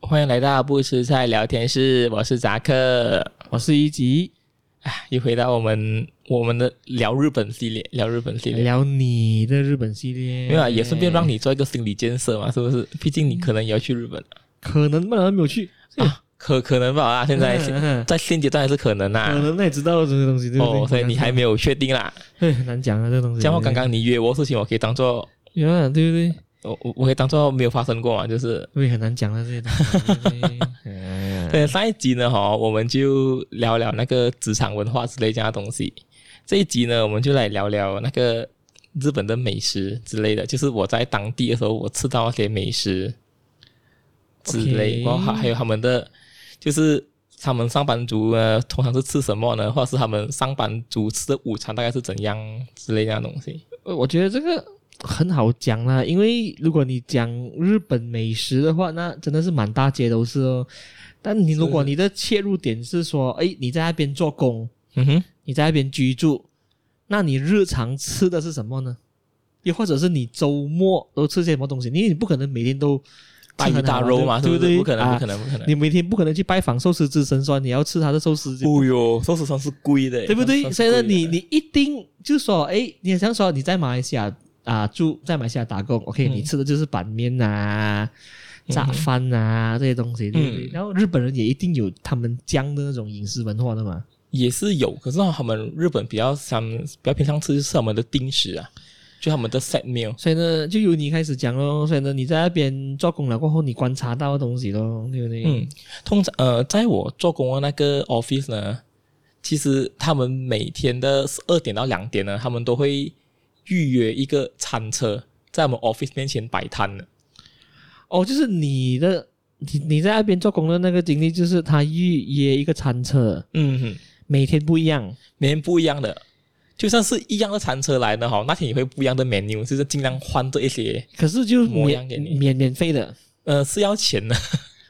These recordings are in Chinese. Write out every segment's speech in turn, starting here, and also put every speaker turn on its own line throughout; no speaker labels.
欢迎来到不吃菜聊天室，我是扎克。
我是一级
啊，又回到我们我们的聊日本系列，聊日本系列，
聊你的日本系列，
没有啊，也顺便让你做一个心理建设嘛，是不是？毕竟你可能也要去日本
可能不然没有去，
啊，可可能吧啊，现在
嗯 嗯
在现阶段还是可能
可
啊。
能那也知道这个东西，对不对
哦，所以你还没有确定啦。
哎难讲啊，这个东西。
像我刚刚你约我的事情，我可以当做
呀，对不对？
我我我可以当做没有发生过嘛，就是
对，很难讲啊，这些东西。对不 对嗯
对，上一集呢哈，我们就聊聊那个职场文化之类这样的东西。这一集呢，我们就来聊聊那个日本的美食之类的，就是我在当地的时候，我吃到那些美食之类，
OK
然后还还有他们的，就是他们上班族呢，通常是吃什么呢，或者是他们上班族吃的午餐大概是怎样之类这样的东西。
呃我觉得这个很好讲啦，因为如果你讲日本美食的话，那真的是满大街都是哦。但你如果你的切入点是说，哎，你在那边做工，
嗯哼，
你在那边居住，那你日常吃的是什么呢？又或者是你周末都吃些什么东西？因为你不可能每天都
大鱼大肉嘛，
对
是
不
不是
对？
不可能，不
啊
可能，不可能。
你每天不可能去拜访寿司之神说你要吃他的寿司，
哦哟，寿司上是贵的，
对不对？
算是
所以
贵
呢，
的
你你一定就说，哎，你想说你在马来西亚啊住，在马来西亚打工，OK，、
嗯
你吃的就是板面啊、炸
嗯哼
饭啊、这些东西，对不对？
嗯
然后日本人也一定有他们江的那种饮食文化的嘛，
也是有，可是他们日本比较他们比较偏向吃就是他们的定食啊，就他们的 set meal。
所以呢，就由你开始讲咯。所以呢，你在那边做工了过后，你观察到的东西咯，对不对？
嗯，通常呃，在我做工的那个 office 呢，其实他们每天的二点到两点呢，他们都会预约一个餐车在我们 office 面前摆摊的。
哦，就是你的你你在那边做工的那个经历，就是他预约一个餐车，
嗯哼，
每天不一样。
每天不一样的，就算是一样的餐车来的哈，那天也会不一样的 menu，就是尽量换这一些。
可是就
模样
免
给你
免免费的，
呃，是要钱的，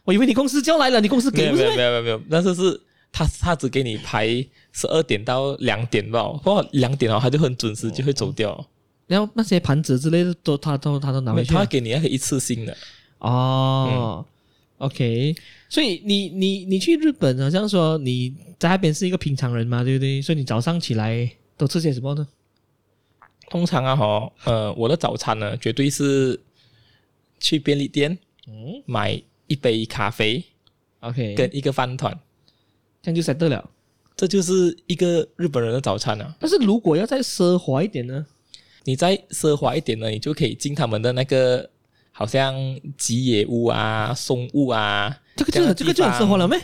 我以为你公司叫来了，你公司
没
给
有
不
没
是
有
咩
没有没有没有，但是是他他只给你排十二点到两点吧，或两点哦，他就很准时就会走掉，
然后那些盘子之类的都他都他都拿
没
回
有
去
他嗯
啊
会给你那个一次性的。
哦。OK，所以你你你去日本，好像说你在那边是一个平常人嘛，对不对？所以你早上起来都吃些什么呢？
通常啊哈，呃，我的早餐呢，绝对是去便利店
嗯
买一杯咖啡
，OK，
跟一个饭团，
这样就 set 得了。
这就是一个日本人的早餐啊。
但是如果要再奢华一点呢？
你再奢华一点呢，你就可以进他们的那个。好像吉野屋啊、松屋啊，
这个就很
这
这
样的
个
地
就
方
很奢华了咩？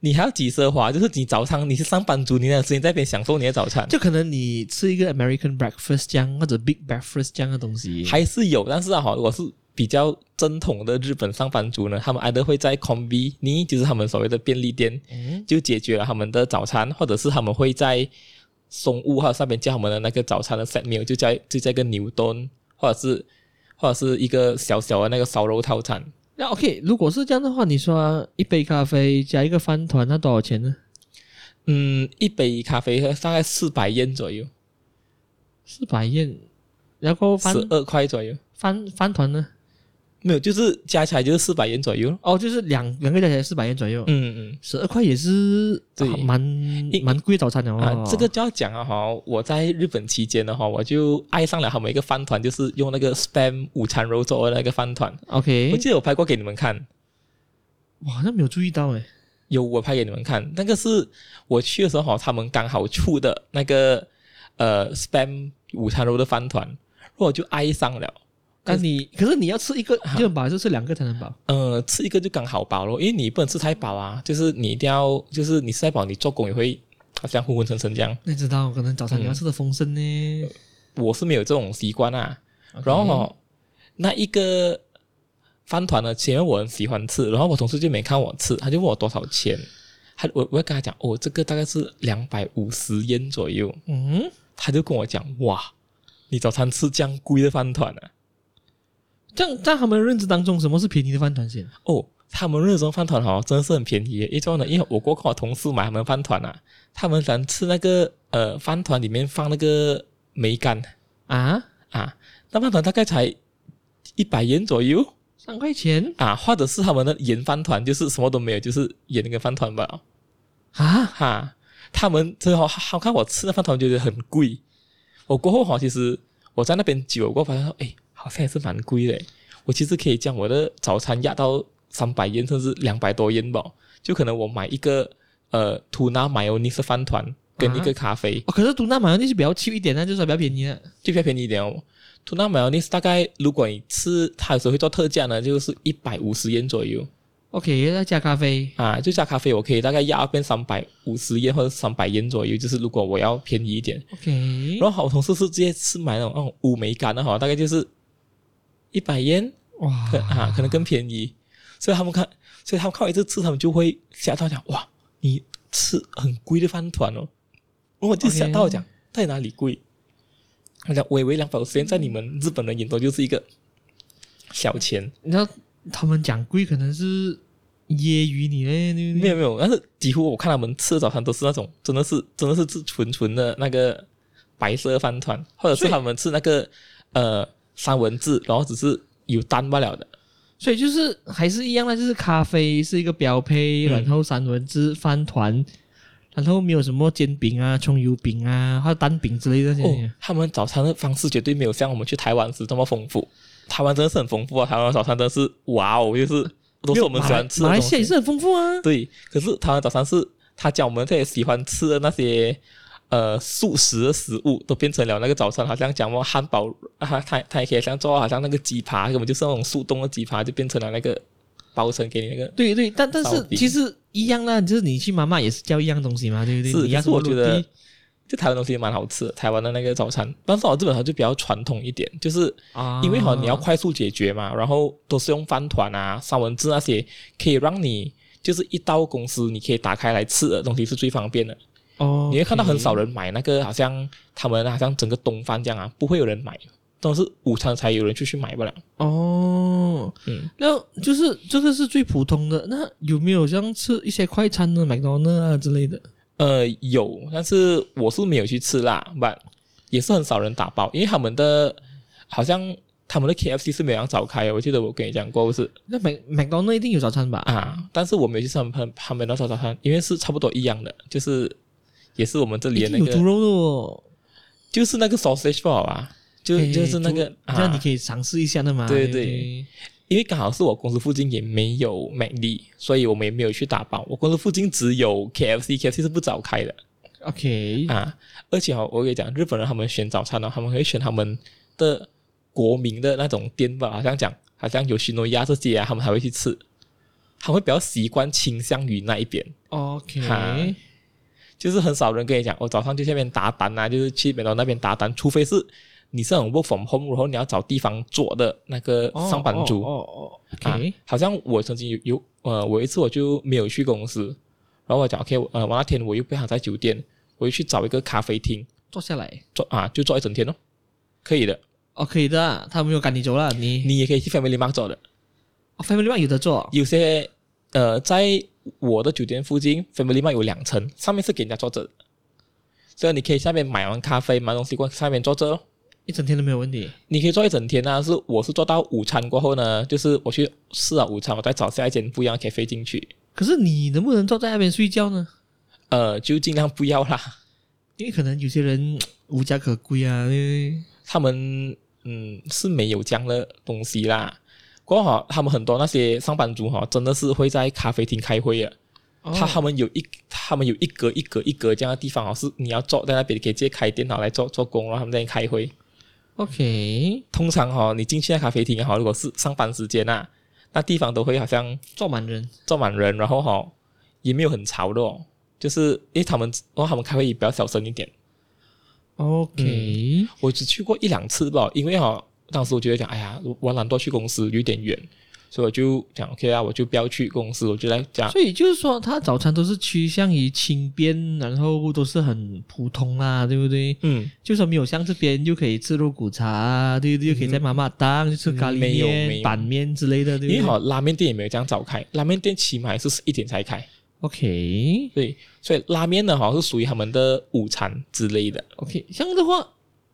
你还要几奢华？就是你早上你是上班族，你哪有时间在那边享受你的早餐？
就可能你吃一个 American breakfast 这样或者 Big breakfast 这样的东西，
还是有，但是啊，哈，我是比较正统的日本上班族呢，他们挨得会在 combi，你就是他们所谓的便利店，
嗯
就解决了他们的早餐，或者是他们会在松屋还有上面叫他们的那个早餐的 set meal，就叫就叫一个牛顿，或者是或者是一个小小的那个烧肉套餐，
那 OK，如果是这样的话，你说一杯咖啡加一个饭团，那多少钱呢？
嗯，一杯咖啡大概四百烟左右，
四百円，然后饭
十二块左右，
饭饭团呢？
没有，就是加起来就是四百烟左右咯。
哦，就是两两个加起来四百円左右，
嗯嗯。
十二、块也是
对
啊蛮蛮贵早餐了哦。
啊，这个就要讲了哈。我在日本期间呢哈，我就爱上了他们一个饭团，就是用那个 spam 午餐肉做的那个饭团。我
OK，
记得我拍过给你们看，
我好像没有注意到诶。
有我拍给你们看，那个是我去的时候哈，他们刚好出的那个呃 spam 午餐肉的饭团，然后我就爱上了。可
那
是
你可是你要吃一
啊
个就能饱，还是吃两个才能饱？
呃，吃一个就刚好饱咯，因为你不能吃太饱啊，就是你一定要，就是你吃太饱，你做工也会好像昏昏沉沉这样。
那你知道，可能早餐你要吃的丰盛呢。
我是没有这种习惯啊。然后、哦、那一个饭团呢，前面我很喜欢吃，然后我同事就没看我吃，他就问我多少钱，他我我会跟他讲，哦，这个大概是两百五十烟左右，
嗯，
他就跟我讲，哇，你早餐吃这样贵的饭团啊？
这样在他们的认知当中，什么是便宜的饭团先？
哦，他们那种饭团哦，真的是很便宜耶，一种呢，因为我过跟我同事买他们饭团啊，他们想吃那个呃饭团里面放那个梅干
啊？
啊，那饭团大概才一百元左右。
三块钱
啊，或者是他们的盐饭团，就是什么都没有，就是盐跟饭团吧。
啊？
哈，他们最后好看我吃的饭团觉得很贵。我过后哈，其实我在那边久过，发现哎，好像也是蛮贵的。我其实可以将我的早餐压到三百元，甚至两百多元吧。就可能我买一个呃吐纳马油尼斯饭团跟一个咖啡，
哦，可是毒奶马油那是比较 cheap 一点，那就是比较便宜的。
就比较便宜一点哦。吐纳马油尼斯大概如果你吃它有时候会做特价呢，就是一百五十元左右。
OK，再加咖啡。
啊，就加咖啡，我可以大概压变三百五十元或者三百元左右，就是如果我要便宜一点。
OK，
然后我同事是直接吃买那种那种乌梅干的哈，大概就是一百元，
哇
可，啊可能更便宜。所以他们看，所以他们看我一次吃，他们就会吓到讲哇，你吃很贵的饭团哦。然后我就
OK
吓到我讲在哪里贵？我讲微微两百五十元，在你们日本人眼中就是一个小钱，
你知道他们讲贵可能是揶揄你嘞，对不
没
对？
有没有，但是几乎我看他们吃的早餐都是那种，真的是真的是是纯纯的那个白色饭团，或者是
所以
他们吃那个呃三文治，然后只是有蛋罢了的。
所以就是还是一样的，就是咖啡是一个标配，
嗯
然后三文治、饭团，然后没有什么煎饼啊、葱油饼啊，还有蛋饼之类的这些。
哦，他们早餐的方式绝对没有像我们去台湾时这么丰富。台湾真的是很丰富啊，台湾的早餐真的是哇哦，就是都是我们喜欢吃的
马来马来
东
西亚也
西。
是很丰富啊。
对，可是台湾早餐是他将我们这些喜欢吃的那些。呃，素食的食物都变成了那个早餐，好像讲什么汉堡啊，它它也可以像做，好像那个鸡扒，根本就是那种速冻的鸡扒，就变成了那个包成给你那个。
对对，但但
烧
是
饼
其实一样啦，就是你去妈妈也是叫一样东西嘛，对不对？
是，
你要
但是我觉
什么
得
肉
就台湾东西也蛮好吃的，台湾的那个早餐，但是我基本上就比较传统一点，就是
地啊，
因为哈，你要快速解决嘛，然后都是用饭团啊、三文治那些，可以让你就是一到公司你可以打开来吃的东西是最方便的。
哦，
你会看到很少
人
人买那个，好像他们好像整个东方这样啊，不会有人买，都是午餐才有人去去买不了。
哦。
嗯，
那就是这个是最普通的。那有没有像吃一些快餐的麦当娜啊之类的？
呃，有，但是我是没有去吃啦，不，也是很少人打包，因为他们的好像他们的 KFC 是没有人早开的，我记得我跟你讲过不是？
那麦麦当娜一定有早餐吧？
啊，但是我没有去吃他们他们那早餐，因为是差不多一样的，就是也是我们这
一
里的
定
那
哎有猪
个，
肉的哦。
就是那个 sausage ball 啊，就
诶
就是那个
哎猪这样你
啊，
可以尝试一下的嘛。
对
对
对因为刚好是我公司附近也没有 m a c d 所以我们也没有去打包。我公司附近只有 KFC，KFC 是不早开的
o k
啊。而且哦，我跟你讲，日本人他们选早餐呢、他们会选他们的国民的那种店吧，好像讲好像有许诺亚这些啊，他们还会去吃，他会比较习惯倾向于那一边。
OK，
哈就是很少人跟你讲，我、哦早上去那边打单啊，就是去美东那边打单，除非是你是很 work from home，然后你要找地方坐的那个
哦
上班族、
哦哦哦
啊
，OK，。
好像我曾经有有呃，我有一次我就没有去公司，然后我讲 OK，我呃，我那天我又不想在酒店，我就去找一个咖啡厅
坐下来。
坐啊，就坐一整天哦，可以的。
哦，可以的啊，他没有赶你走了，你
你也可以去 Family Mart 坐的，
哦 Family Mart 有的做，
有些呃，在我的酒店附近，Family Mart 有两层，上面是给人家坐着的，所以你可以下面买完咖啡买完东西过来下面坐着哦。
一整天都没有问题。
你可以做一整天啊，是我是做到午餐过后呢，就是我去吃了午餐，我再找下一间不一样的 cafe 进去，
可是你能不能坐在那边睡觉呢？
呃，就尽量不要啦。
因为可能有些人无家可归啊，对不对
他们嗯是没有这样的东西啦。过后哈，他们很多那些上班族哈，真的是会在咖啡厅开会的。
哦
他他们有一他们有一格一格一格这样的地方哦，是你要坐在那边，可以直接开电脑来做做工，然后他们在那里开会。
OK，
通常哈、哦，你进去那咖啡厅哈、如果是上班时间啊，那地方都会好像
坐满人
坐满人，然后哈、也没有很吵的哦，就是因为他们，然后他们开会也比较小声一点。
，OK，
我只去过一两次吧，因为哈、当时我觉得讲，哎呀，我我懒惰去公司有点远，所以我就讲 OK 啊，我就不要去公司，我就在家。
所以就是说，他早餐都是趋向于轻便，然后都是很普通啦，对不对？
嗯，
就说没有像这边又可以吃肉骨茶啊，对不对？又可以在妈妈档就吃咖喱
嗯没有没
面、
有
板面之类的，对
因为
不对
哈、拉面店也没有这样早开，拉面店起码也是一点才开，
？OK
对，所以拉面呢哈、是属于他们的午餐之类的。
OK，像的话，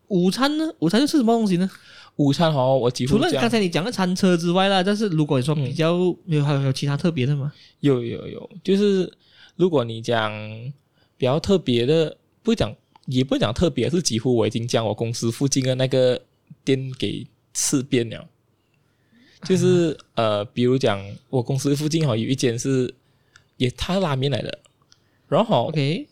午餐呢？午餐又吃什么东西呢？
午餐哦，我几乎
除了
这
刚
样嗯
才你讲的餐车之外啦，但是如果你说比较有还有还有其他特别的吗？
有有有，就是如果你讲比较特别的，不讲也不讲特别，是几乎我已经将我公司附近的那个店给吃遍了。就是、
嗯
呃，比如讲我公司附近哈、有一间是也它拉面来的，然后、
OK，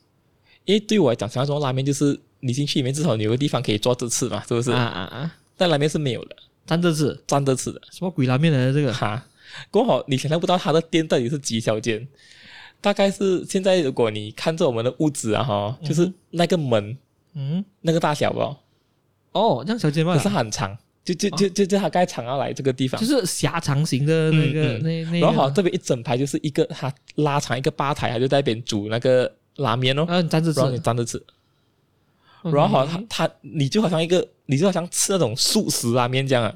因为对我来讲，想要做拉面就是你进去里面至少你有个地方可以坐着吃嘛，是不是？
啊啊啊！
但拉面是没有的，
站着吃，
站着吃的。
什么鬼拉面来的这 个？
哈，刚好你想象不到它的店到底是几小间，大概是现在如果你看着我们的屋子啊哈，就是那个门、
嗯，
那个大小吧，
哦，这样小姐嘛
可，是它很长，就就就就就它该长要来这个地方
哦就，是狭长型的那个、
嗯嗯
那那个。
然后好这边一整排就是一个它拉长一个吧台，它就在那边煮那个拉面哦，
啊，你站着吃
然后你站着吃，然后好它它你就好像一个你就好像吃那种素食拉面这样啊，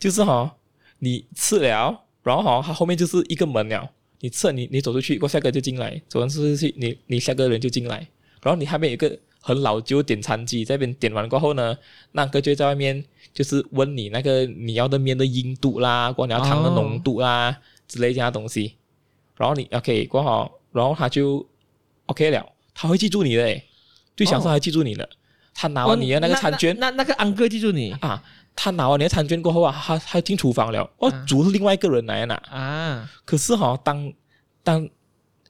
就是哈、你吃了，然后哈、它后面就是一个门了，你吃了你你走出去，过下个就进来，走完出去你你下个人就进来，然后你还没有一个很老旧点餐机，在那边点完过后呢，那个就在外面就是问你那个你要的面的硬度啦，过后你要汤的浓度啦、之类这样的东西，然后你 OK 过好，然后他就 OK 了，他会记住你的诶，最享受
哦
他会记住你的，他拿
哦，
完你的那个餐券。
那那那个安哥记住你
啊，他拿完你的餐券过后啊，他他进厨房了，哦
啊，
煮是另外一个人来拿。
啊
可是哈、当当，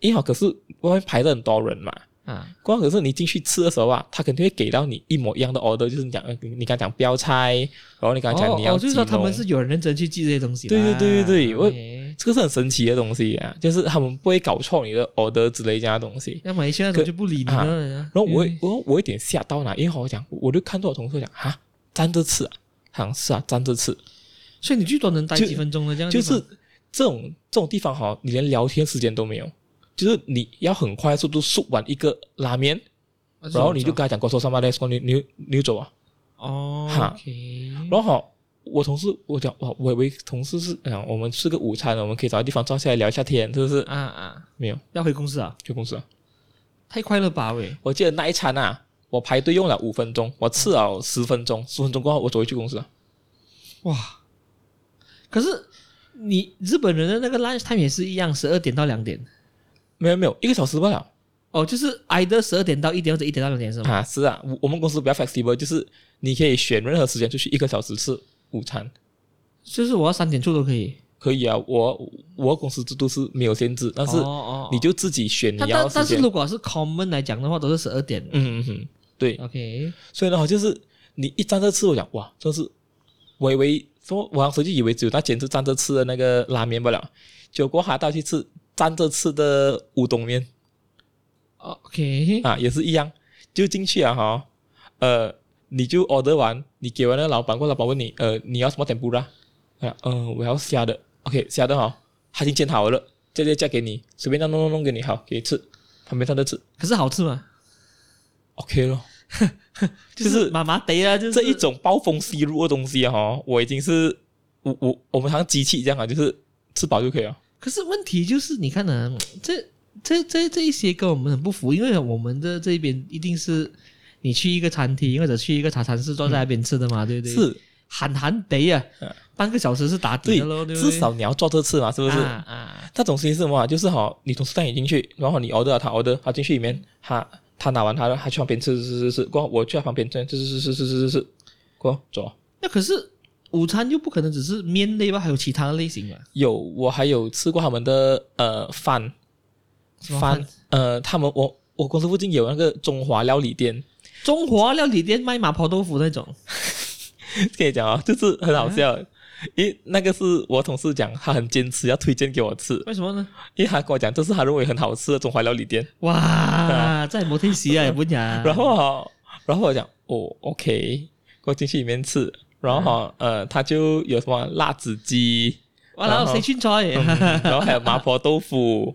因为、哦、可是外面排了很多人嘛，
啊
光可是你进去吃的时候啊，他肯定会给到你一模一样的 order，就是你讲呃你你刚讲标菜，然后你刚讲
哦
你要
哦，
鸡
就
肉、
是说他们是有人认真去记这些东西的。
对对对对我
OK
这个是很神奇的东西啊，就是他们不会搞错你的 order 之类这样的东西。
那马来西亚人
可
就不理你
啊
了。然
然后我会我我有点吓到啦，因为我讲我就看到我同事讲啊，站着吃啊，好像是啊，站着吃。
所以你最多能待
就
几分钟的这样的
就
地
是
方？
这种这种地方哈，你连聊天时间都没有，就是你要很快速度速完一个拉面，
啊
然后你就跟他讲，我说上班来，说你你你走啊。
哦
哈
，OK，
然后哈我同事我讲哇，我以为同事是嗯、我们吃个午餐，我们可以找个地方坐下来聊一下天，是不是？
啊啊，
没有，
要回公司啊，
去公司啊。
太快了吧喂！
我记得那一餐啊，我排队用了五分钟，我吃了十分钟，十分钟过后我走回去公司啊。
哇，可是你日本人的那个 lunch time 也是一样，十二点到两点。
没有没有，一个小时不了
哦，就是 either 十二点到一点或者一点到两点是吗？
啊！是啊，我我们公司比较 flexible，就是你可以选任何时间出去一个小时吃午餐。
就是我要三点出都可以。
可以啊，我我公司制度是没有限制，但是
哦哦，哦
你就自己选你
但
要
但
的
但
时
是
间。
如果是 common 来讲的话，都是十二点。
嗯嗯嗯，对。
OK，
所以呢，就是你一站着吃，我讲哇，真是，我以为说，我当时就以为只有那简直站着吃的那个拉面不了，结果还到去吃站着吃的乌冬面
哦 OK，
啊，也是一样，就进去啊哈，呃，你就 order 完，你给完那个老板，过后老板问你，呃，你要什么 tempura？啊，嗯、我要虾的，OK，虾的哈，他已经煎好了，这这嫁给你，随便弄弄弄弄给你，好，给你吃，旁边站着吃
可是好吃吗？
，OK 咯，就是
麻麻得啊，就是
这一种暴风吸入的东西哈、哦，我已经是我我我们好像机器这样啊，就是吃饱就可以了。
可是问题就是，你看呢、这这这这一些跟我们很不符，因为我们的这边一定是你去一个餐厅或者去一个茶餐室坐在那边吃的嘛，对不对？
是，
喊喊得啊
嗯，
半个小时是打底
对
的咯，对，不对？
至少你要做这次嘛，是不是？
啊啊，
那种事情是什么、啊？就是哈、你同事带你进去，然后你 order 了他 order，他进去里面，他他拿完他的，他去旁边吃吃吃吃吃，过后我去他旁边吃吃吃吃吃吃吃吃，过后走。
那可是午餐又不可能只是面类吧，还有其他的类型吧？啊
有，我还有吃过他们的呃饭
什么饭
呃，他们我我公司附近有那个中华料理店，
中华料理店卖麻婆豆腐那种，
跟你讲啊，就是很好笑。因为那个是我同事讲，他很坚持要推荐给我吃，
为什么呢？
因为他跟我讲这是他认为很好吃的中华料理店。
哇，真系冇听屎啊，日本人。
然后哈，然后我讲哦，OK，我进去里面吃。然后哈，呃，他就有什么辣子鸡，
哇，然后谁川菜？
嗯然后还有麻婆豆腐。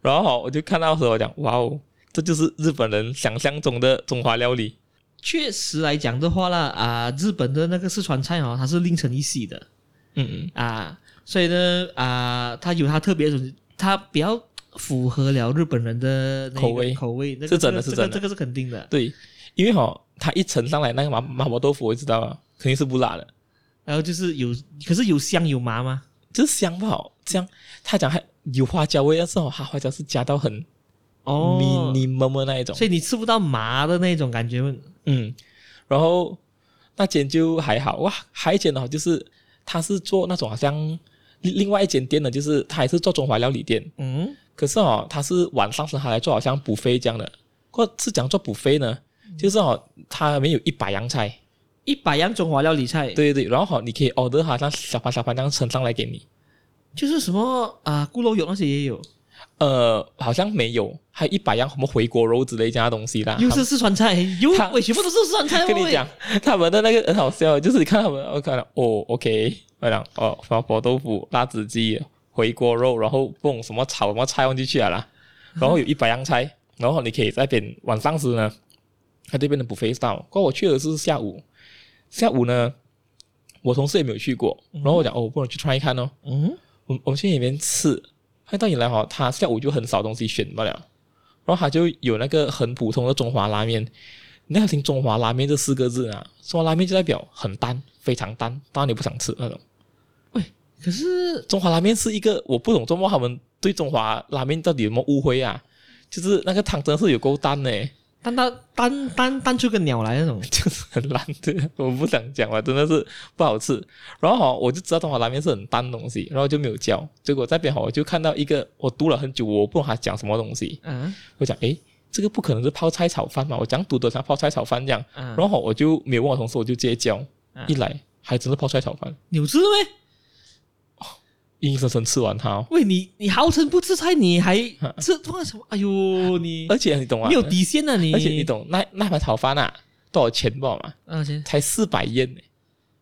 然后哈，我就看到的时候我讲，哇哦，这就是日本人想象中的中华料理。
确实来讲的话啦，啊、日本的那个四川菜哦，它是另成一系的
嗯嗯，
啊，所以呢，啊，它有它特别的，它比较符合了日本人的那个
口味
口味，那个
是真的
这个
是真的
这个这个是肯定的。
啊对，因为哈，他一盛上来那个麻麻婆豆腐，我就知道了，肯定是不辣的。
然后就是有，可是有香有麻吗？
就是香不好，这样他讲还有花椒味，但是哦，它花椒是加到很
哦，
迷你么么那一种，
所以你吃不到麻的那种感觉。
嗯，然后那间就还好哇，还有一间哦，就是他是做那种好像另另外一间店的，就是他也是做中华料理店，
嗯，
可是哦，他是晚上是他来做好像补飞这样的，或是讲做补飞呢，就是哦，他没有一把洋菜，
一百样中华料理菜，
对对对，然后哦，你可以 order 好像小盘小盘这样盛上来给你，
就是什么啊，咕噜肉那些也有，
呃，好像没有，还有一百样什么回锅肉之类这样的东西啦，
又是四川菜，又
他
喂，全部都是四川菜。
跟
喂
你讲，，他们的那个很好笑，就是你看他们，我看了哦，OK，我讲哦，麻婆豆腐、辣子鸡、回锅肉，然后不懂什么炒什么菜忘记去了啦，然后有一百样菜，然后你可以在那边晚上时呢，他这边的 buffet style，过我去的是下午，下午呢，我同事也没有去过，然后我讲哦，我不能去 try 看哦，
嗯，
我我们去里面吃，他到你来哈，他下午就很少东西选不了，然后他就有那个很普通的中华拉面。你要听“中华拉面”这四个字啊，中华拉面就代表很淡，非常淡，淡到你不想吃那种。
可是
中华拉面是一个我不懂，周末他们对中华拉面到底有没有误会啊？就是那个汤真的是有够淡呢、
单到单单单出个鸟来那 种，
欸就是很烂的，我不想讲了，真的是不好吃。然后哈，我就知道中华拉面是很淡的东西，然后就没有叫。结果这边哈，我就看到一个，我读了很久，我不懂他讲什么东西。
嗯
我讲，诶，这个不可能是泡菜炒饭嘛？我讲读的像泡菜炒饭这样。
嗯，
然后我就没有问我同事，我就直接叫，
嗯
一来还真是泡菜炒饭，
你有吃没？
硬生生吃完它、哦，
喂，你你号称不吃菜，你还吃放什么？哎呦，你
而且你懂啊，
没有底线啊你！
而且你懂那那盘炒饭啊，多少钱不好嘛？
啊，行，
才四百烟呢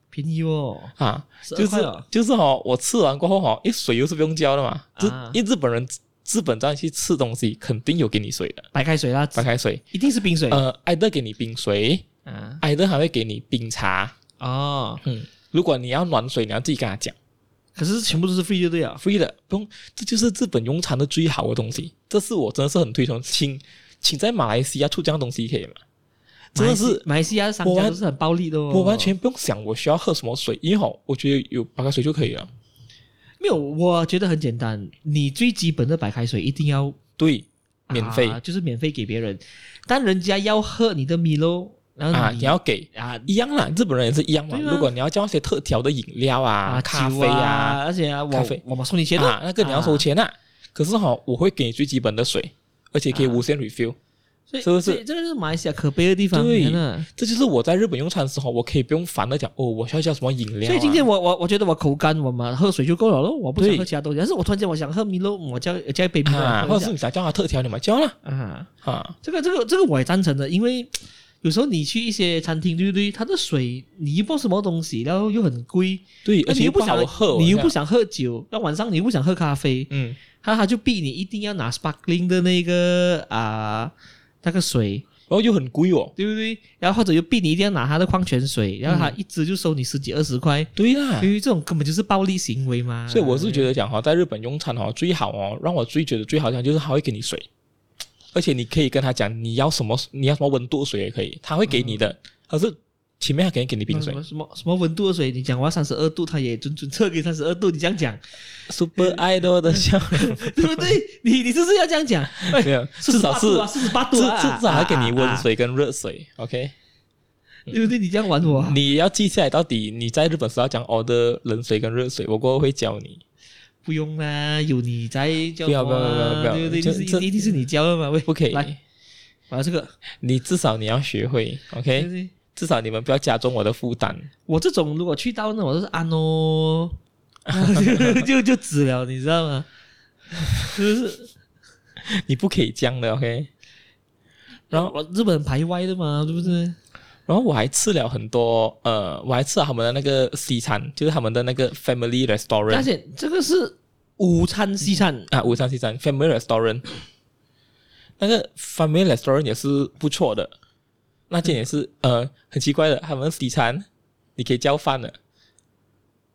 便宜哦，
啊！
12
就
块
是
哦
就是哦，我吃完过后哦，因为水又是不用交的嘛，日、
啊
因为日本人日本站去吃东西肯定有给你水的，
白开水啦，
白开水，
一定是冰水。
呃，挨的给你冰水，
啊，
挨的还会给你冰茶，
哦，
嗯。如果你要暖水，你要自己跟他讲
可是全部都是 free 就对啊了。
，free 的，不用，这就是日本用餐的最好的东西。这是我真的是很推崇，请请在马来西亚出这样的东西可以吗？真的是
马来西亚商
我
家
完
都是很暴力的哦。
我完全不用想我需要喝什么水，因为吼我觉得有白开水就可以了。
没有，我觉得很简单，你最基本的白开水一定要
对，免费
啊就是免费给别人，但人家要喝你的米喽，然后
啊，
你
你要给
啊
一样啦，日本人也是一样嘛。
对啊
如果你要叫那些特调的饮料啊、咖
酒
啡啊，
啊，而且啊，
咖
我
啡
我们送你钱的
啊，那个你要收钱啊。可是哈，我会给你最基本的水，而且可
啊
以无限 refill。
所以
是不是
所以这个就是马来西亚可悲的地方，
对
你看啊
这就是我在日本用餐的时候，我可以不用烦的讲哦，我需要叫什么饮料啊。
所以今天我我我觉得我口干，我们喝水就够了咯，我不想
对
喝其他东西。但是我突然间我想喝米露，我叫叫一杯米露来
啊，
喝
或
一
者
下
是你想叫他特调，你们叫啦
啊，
啊。
这个这个这个我也赞成的，因为有时候你去一些餐厅，对不对？它的水你又不知道什么东西，然后又很贵，
对，而
你
且
又
又
不
好
想
喝，
你又
这
不
样
想喝酒，那晚上你又不想喝咖啡，
嗯，
他他就逼你一定要拿 sparkling 的那个啊、那个水，
然后又很贵哦。
对不对？然后或者又逼你一定要拿他的矿泉水，然后他一支就收你十几二十块，
对啦，
因为这种根本就是暴力行为嘛。
嗯所以我是觉得讲哈，在日本用餐哈最好哦，让我最觉得最好讲就是他会给你水，而且你可以跟他讲你要什么，你要什么温度的水也可以，他会给你
嗯
的。可是前面他肯定给你冰水
什么什么什么温度的水，你讲我要三十二度，他也准准测给三十二度，你这样讲，
，Super Idol 的笑容，
对 不对？你你是不是要这样讲？哎
没有， 至少是
四十八度
至
啊，
至少还给你温
啊，
水跟热水，OK？
啊啊对不对？你这样玩我啊，
你要记下来，到底你在日本是要讲 order 冷水跟热水，我过后会教你。
不用啦，有你在教
不要
我
不要不要
啊
不要
对不对？
这
就是
这
一定是你教的嘛，喂，
不可以，
来玩这个，
你至少你要学会
对
，OK？
不对？
至少你们不要加重我的负担。
我这种如果去到那种，我都是安 哦，就就就止了，你知道吗？就是
你不可以这样的，OK？然后
我日本排外的嘛，对不对？
然后我还吃了很多，呃，我还吃了他们的那个西餐，就是他们的那个 family
而
restaurant
且这个是午餐西餐，
啊，午餐西餐 family restaurant，那个 family restaurant 也是不错的，那间也是呃很奇怪的，他们西餐你可以叫饭的，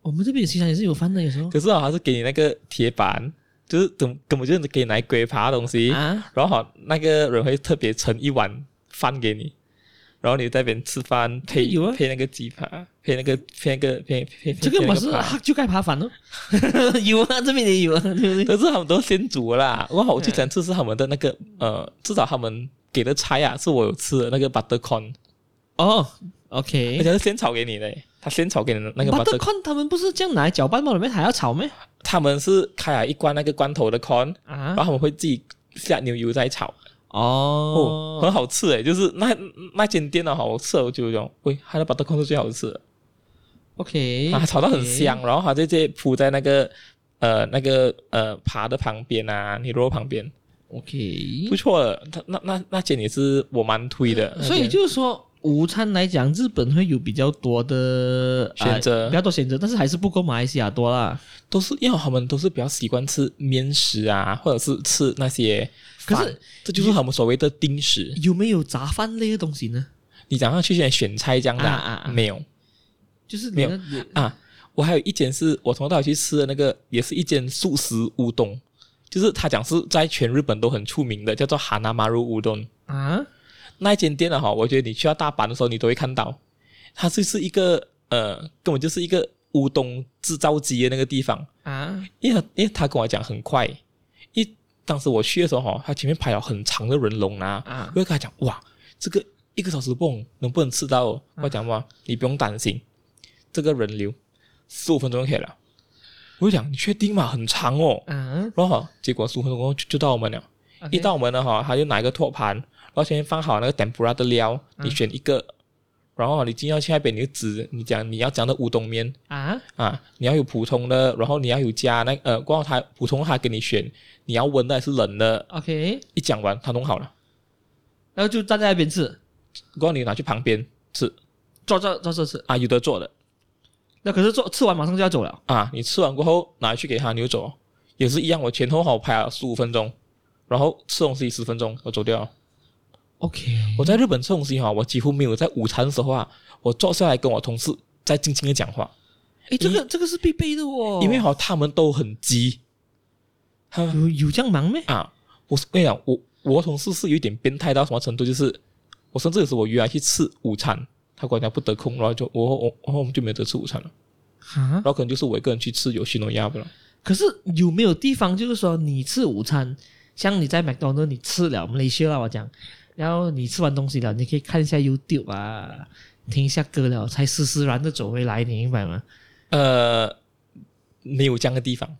我们这边西餐也是有饭的，有时候
可是哦，他是给你那个铁板，就是根根本就是给你来鬼爬的东西，
啊，
然后哦那个人会特别盛一碗饭给你，然后你在那边吃饭，配
有啊
配那个鸡扒，配那个配那个配配配
这个
配那
我是啊
扒
黑就该扒饭咯， 有啊，这边也有啊，对不对？
可是他们都先煮啦。我好我去想吃是他们的那个呃，至少他们给的菜啊，是我有吃的那个 butter corn，
哦
而
，OK。
且是现炒给你的，他现炒给你的那个 butter
butter
corn，
corn 他们不是这样拿来搅拌吗？里面还要炒咩？
他们是开了一罐那个罐头的 corn，
啊
然后，他们会自己下牛油再炒，哦，
哦，
很好吃诶，就是那那间店的好我吃了我就讲，喂，它的 butter corn 是最好吃的，
OK，
啊，炒到很
OK
香，然后它直接铺在那个。呃，那个呃，扒的旁边啊，你肉旁边，
OK，
不呃错的，它那那那间也是我蛮推的，那
所以
间
就是说，午餐来讲，日本会有比较多的
选择
呃比较多选择，但是还是不够马来西亚多啦。
都是因为他们都是比较习惯吃面食啊，或者是吃那些
可
饭，
是
这就是他们所谓的定食。
有没有杂饭类的东西呢？
你早上去选选菜这样的、
啊啊啊
没有
就是你
没有
那
啊？我还有一间是我从到尾去吃的那个，也是一间素食乌冬，就是他讲是在全日本都很出名的，叫做哈纳马鲁乌冬。
啊，
那一间店的啊哈，我觉得你去到大阪的时候，你都会看到，它就是一个呃，根本就是一个乌冬制造机的那个地方。
啊，
因为因为他跟我讲很快，一当时我去的时候哈，他前面排了很长的人龙啊，
啊
我就跟他讲哇，这个一个小时蹦能不能吃到哦？我讲嘛，你不用担心，这个人流十五分钟就可以了。我就讲你确定吗？很长哦。
啊，
然后哈结果十五分钟过后就就到我们了。一到我们了哈，他就拿一个托盘，然后前面放好那个 tempura 的料，你选一个，然后你进到去那边你就指你讲你要讲的乌冬面，
啊
啊，你要有普通的，然后你要有加那呃，光他普通他给你选，你要温的还是冷的？
，OK，
一讲完他弄好了，
然后就站在那边吃，
然后你拿去旁边吃
坐这坐这吃，
啊，有的做的
那可是坐吃完马上就要走了
啊，你吃完过后拿去给他，你就走，也是一样。我前后好拍了十五分钟，然后吃东西十分钟，我走掉了。
，OK，
我在日本吃东西哈，我几乎没有在午餐的时候啊，我坐下来跟我同事在静静的讲话，
哎，这个这个是必备的哦，
因为哈他们都很急，他们
有有这样忙咩？
啊，我是跟你讲，我我同事是有点变态到什么程度，就是我甚至有时候我约他去吃午餐，他跟我讲不得空，然后就我我然后我们就没得吃午餐了，
啊
然，后可能就是我一个人去吃有西诺亚不了，
可是有没有地方就是说你吃午餐，像你在麦当劳你吃了，我们雷西啦我讲，然后你吃完东西了，你可以看一下 YouTube 啊，听一下歌了，才斯斯然的走回来，你明白吗？
呃，没有这样的地方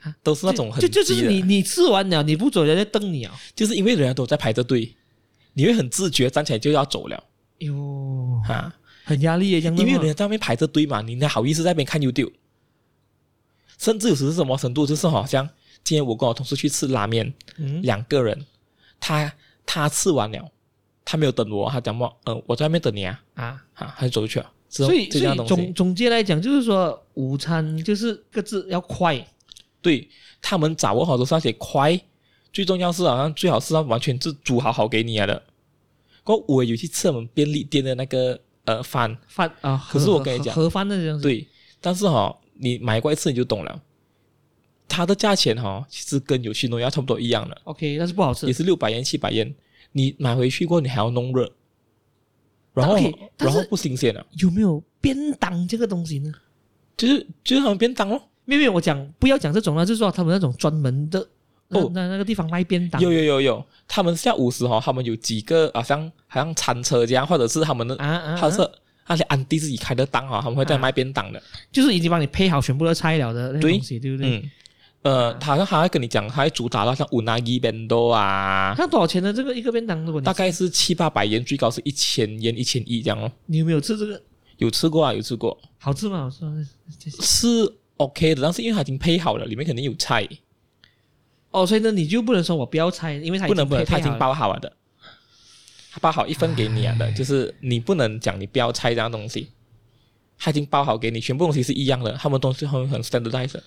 啊，
都是那种很啊
就
急
就
的，
就是你你吃完了，你不走人家瞪你啊！
就是因为人家都在排着队，你会很自觉站起来就要走了
哎呦，
啊，
很压力耶，这样的
因为
吗
人家在那边排着队嘛，你哪好意思在那边看 YouTube？甚至有时是什么程度，就是好像今天我跟我同事去吃拉面，
嗯
两个人，他他吃完了，他没有等我，他讲嘛，嗯、我在外面等你啊，
啊，
啊，他就走出去了。之后
所以
就
所
这样的
以
东西
总，总结来讲，就是说午餐就是各自要快
对他们掌握好都是那些快，最重要是好像最好是要完全是煮好好给你来的。过后我有去吃我们便利店的那个呃饭，
饭啊。
可是
盒
我跟你讲
盒盒饭的这样子，
对，但是哈、你买过一次你就懂了，它的价钱哈、其实跟有些农药差不多一样的，
，OK，但是不好吃
也。是六百元七百元，你买回去过后你还要弄热，然后
OK，但
然
是
后不新鲜了。
有没有便当这个东西呢？
就是就是他们便当咯。
没有没有，我讲不要讲这种了，就是说他们那种专门的那
哦
那那个地方卖便当，
有有有有，他们下午时候，他们有几个好像好像餐车这样，或者是他们的，
啊啊，
他
啊
是那些安迪自己开的档哈，他们会在卖便当的。
就是已经帮你配好全部的菜了的那个
对
东西，对不对？
嗯，呃，他好像还会跟你讲，他会主打到像 unagi bento 啊，
那多少钱呢？这个一个便当，如果你
大概是七八百元，最高是一千元、一千一这样哦。
你有没有吃这个？
有吃过啊，有吃过，
好吃吗？好吃吗
是 OK 的，但是因为它已经配好了，里面肯定有菜，
哦，所以呢，你就不能说我不要菜，因为它已
不能
经
不能，
配
它已
好
经
了
包好了的，它包好一份给你啊的，就是你不能讲你不要拆这样东西，它已经包好给你，全部东西是一样的，他们东西很很 standardized 的。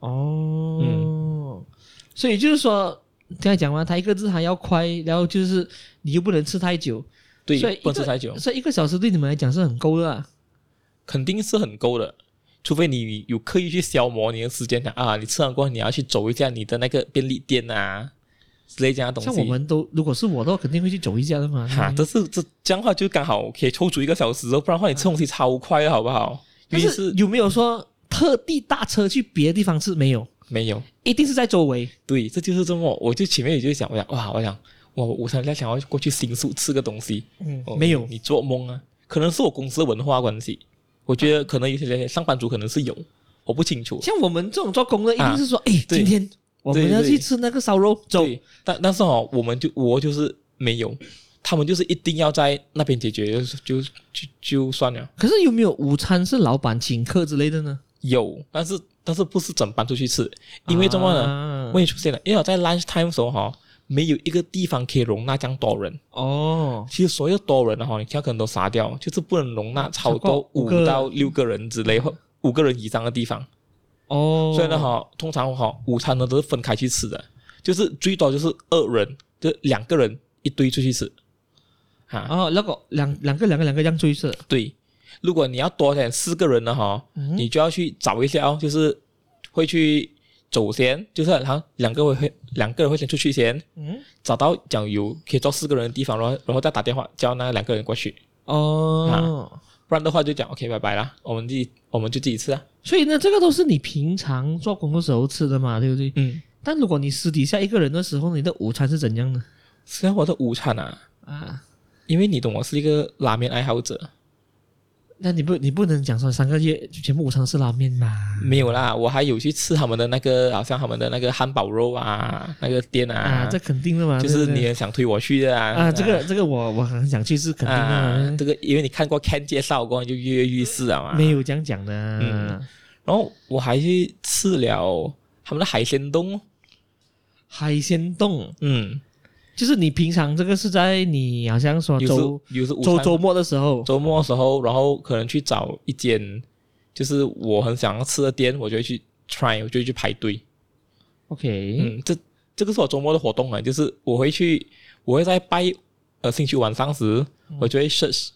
哦，
嗯
所以就是说。刚才讲嘛，它一个字还要快，然后就是你又不能吃太久，
对
所以一，
不能
个
吃太久，
所以一个小时对你们来讲是很够的、啊。
肯定是很够的，除非你有刻意去消磨你的时间的啊，你吃完过后你要去走一下你的那个便利店啊，之类这样的东西。
像我们都，如果是我的话，肯定会去走一下的嘛。
哈，但是这这样的话就刚好可以抽出一个小时哦，不然的话你吃东西超快啊的好不好？
但
于
是
是
有没有说特地搭车去别的地方吃？没有，
没有，
一定是在周围。
对，这就是这么，我就前面也就想，我想哇，我想我我想在想要过去新宿吃个东西，
嗯
哦
没有，
你做梦啊！可能是我公司的文化关系，我觉得可能有些人上班族可能是有，我不清楚。
像我们这种做工的，一
啊
定是说，哎、
对
今天我们
对
要
对
去吃那个烧肉，走。
对，但但是哦，我们就我就是没有，他们就是一定要在那边解决，就就就就算了。
可是有没有午餐是老板请客之类的呢？
有，但是但是不是整班出去吃？因为怎么呢？
啊
问题出现了，因为我在 lunch time 的时候哈、没有一个地方可以容纳这样多人。
哦，
其实所有多人的哈，你看可能都杀掉，就是不能容纳超
超过
过
五
五
个嗯
到六个人之类或五个人以上的地方。
哦，
所以呢，哈，通常哈，午餐呢都是分开去吃的，就是最多就是二人，就两个人一堆出去吃。啊，
哦，那个两两个两个两个这样追射，
对，如果你要多点四个人呢，哈，
嗯
你就要去找一下哦，就是会去走先，就是好像两个会会两个人会先出去先，
嗯，
找到讲有可以坐四个人的地方，然后然后再打电话叫那两个人过去，
哦，
不然的话就讲 OK 拜拜啦，我们自己我们就自己吃啊。
所以呢，这个都是你平常做工的时候吃的嘛，对不对？
嗯，
但如果你私底下一个人的时候，你的午餐是怎样的
虽然我的午餐啊，
啊？
因为你懂我是一个拉面爱好者。
那你不你不能讲说三个月全部午餐是拉面嘛？
没有啦，我还有去吃他们的那个，好像他们的那个汉堡肉啊，那个店啊，
啊，这肯定的嘛，
就是
对不
你
对
很想推我去的啊。
啊，这个这个我我很想去是肯定
啊，
的
这个因为你看过 Ken 介绍过，你就跃跃欲试啊
嘛，
嘛。
没有这样讲的。
嗯然后我还去吃了他们的海鲜冻，
海鲜冻
嗯，
就是你平常这个是在你好像说
有
周
时有时午
周
餐
周末的时候
周末的时候，然后可能去找一间就是我很想要吃的店，我就会去 try，我就会去排队。
，OK，
嗯，这这个是我周末的活动啊，就是我会去，我会在拜呃星期五晚上时，我就会 search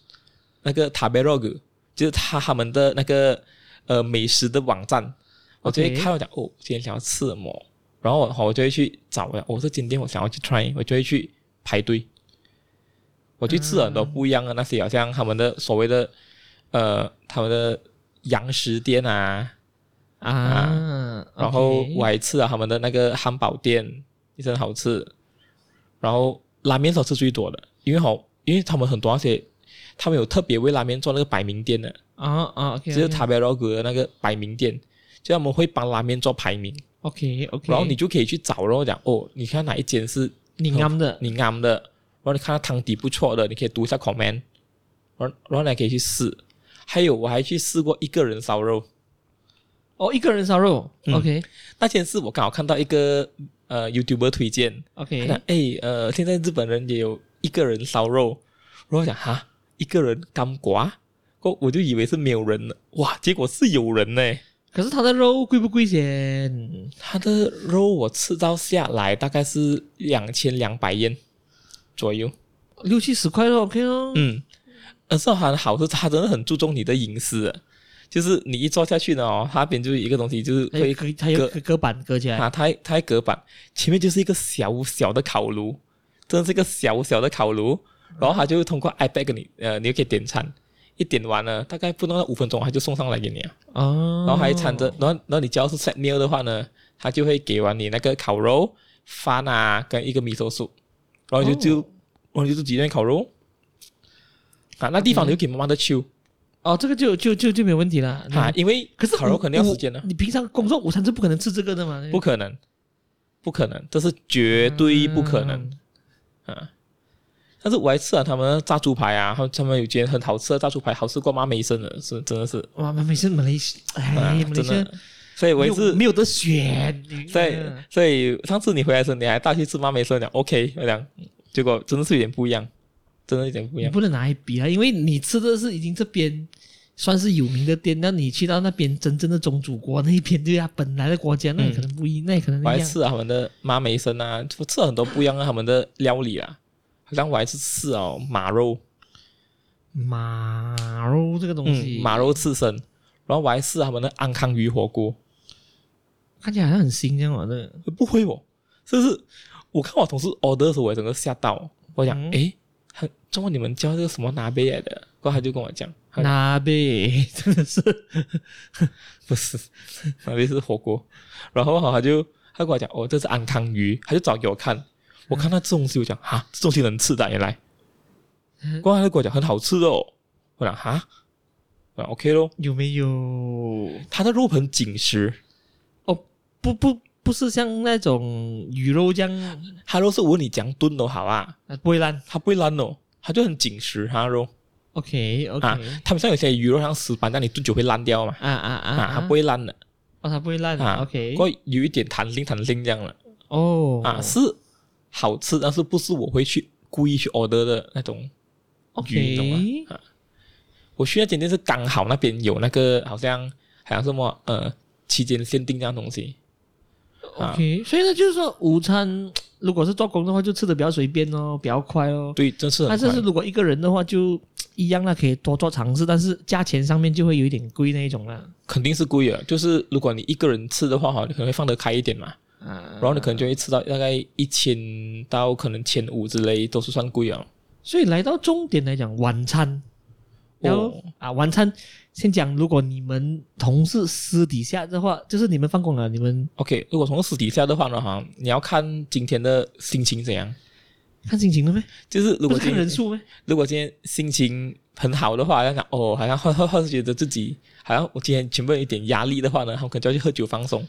那个 Tablog，就是他他们的那个呃美食的网站，我就会
OK
看我讲哦，今天想要吃什么，然后我我就会去找我讲哦，这今天我想要去 try，我就会去排队，我去吃了很多不一样的那些，好像他们的所谓的呃他们的洋食店啊，
啊，
然后
OK
我还吃了他们的那个汉堡店，也是很好吃。然后拉面是我吃最多的，因为好，因为他们很多那些，他们有特别为拉面做那个摆名店的，
啊啊，OK，
就是塔贝罗格的那个摆名店，就他们会帮拉面做排名，
OK OK，
然后你就可以去找，然后讲哦，你看哪一间是
你啱的
你啱的，然后你看它汤底不错的，你可以读一下 comment，然后然后你还可以去试。还有我还去试过一个人烧肉，
哦，一个人烧肉
嗯
，OK
那天是我刚好看到一个呃 YouTuber 推荐，他
OK，
讲哎呃，现在日本人也有一个人烧肉，然后我想哈，一个人干瓜，我我就以为是没有人了，哇，结果是有人呢。
可是它的肉贵不贵先？
他的肉我吃到下来大概是两千两百烟左右，
六七十块咯，OK 咯，
嗯，而是很好是，他真的很注重你的饮食的，就是你一坐下去呢哦，他那边就有一个东西就是
还
会
有哎隔还有
隔
隔隔板隔起来，
啊，它它在隔板前面就是一个小小的烤炉，真的是一个小小的烤炉，然后它就通过 iPad 给你，呃，你就可以点餐，一点完了，大概不到五分钟，它就送上来给你了，
哦，
然后还掺着，然后然后你只要是 set meal 的话呢，它就会给完你那个烤肉、饭啊跟一个米寿酥，然
哦
后就就、然后就自己那烤肉，啊，那地方你
嗯
就可以慢慢的去、
哦，这个就就就就没有问题了
啊，因为
嗯可是
烤肉
午
肯定要
午
时间的，啊
你平常工作午餐是不可能吃这个的嘛？
不可能，不可能，这是绝对不可能。
嗯
啊。但是我还吃了他们的炸猪排啊，他他们有间很好吃的炸猪排，好吃过妈美生的，是真的是，
哇，每次马来西
啊
亚，哎，马来
真
西亚
的。所以我也
没有
是
没有得选，你啊
在，所以上次你回来的时候，你还带去吃妈美生，讲 OK，我讲，结果真的是有点不一样，真的有点不一
你
样。
不能拿来比啊，因为你吃的是已经这边算是有名的店，那你去到那边真正的宗主国那边，对啊，本来的国家，那也可能不一，那也可能一
嗯我还
样。
吃了他们的妈美生啊，我吃了很多不一样的他们的料理啊，好像我还是吃了哦马肉，
马肉这个东
嗯，
西，
马肉刺身，然后我还吃了他们的安康鱼火锅，
看起来好像很新这样嘛，这个
不会哦，就是我看我同事 order 的时候，我也整个吓到，哦我讲
嗯
诶，他中国你们叫这个什么拿贝来的？然后他就跟我讲，他讲
那呗， 真的是
不是，拿贝是火锅。然后哈，他就他跟我讲，哦，这是安康鱼，他就找给我看。我看到这东西，我讲哈，这东西能吃的啊原来。过后他就跟我讲很好吃的哦，我讲哈，我讲 OK 咯。
有没有？
它的肉很紧实，
哦，不不不是像那种鱼肉这样，
它肉是无论你怎样炖都好啊，
啊不会烂。
它不会烂哦，它就很紧实，它的肉。
OK OK
啊
啊
他们像有些鱼肉像石板，但你炖久会烂掉嘛，
啊啊
啊，它不会烂的，
哦，它不会烂。
啊
OK
不过有一点弹性弹性这样了
哦
啊，是好吃，但是不是我会去故意去 order 的那种鱼，你懂吗
OK？
啊，我去那间店是刚好那边有那个好像好像什么呃期间限定这样东西，啊
OK，所以呢，就是说午餐如果是做工的话，就吃的比较随便哦，比较快哦。
对，真是
但
很
是
快
是如果一个人的话，就一样啦，可以多做尝试，但是价钱上面就会有一点贵那一种啦。
肯定是贵的，就是如果你一个人吃的话哈，你可能会放得开一点嘛，
啊
然后你可能就会吃到大概一千到可能千五之类，都是算贵了。
所以来到重点来讲，晚餐，然后、
哦
啊，晚餐先讲，如果你们同事私底下的话，就是你们放工了，你们
OK，如果从私底下的话呢，哈，你要看今天的心情怎样。
看心情了没？
就是如
不
果
是
今
看
天
人数咩？
如果今天心情很好的话，那讲哦，好像会会会觉得自己好像我今天全部有一点压力的话呢，他们可能就要去喝酒放松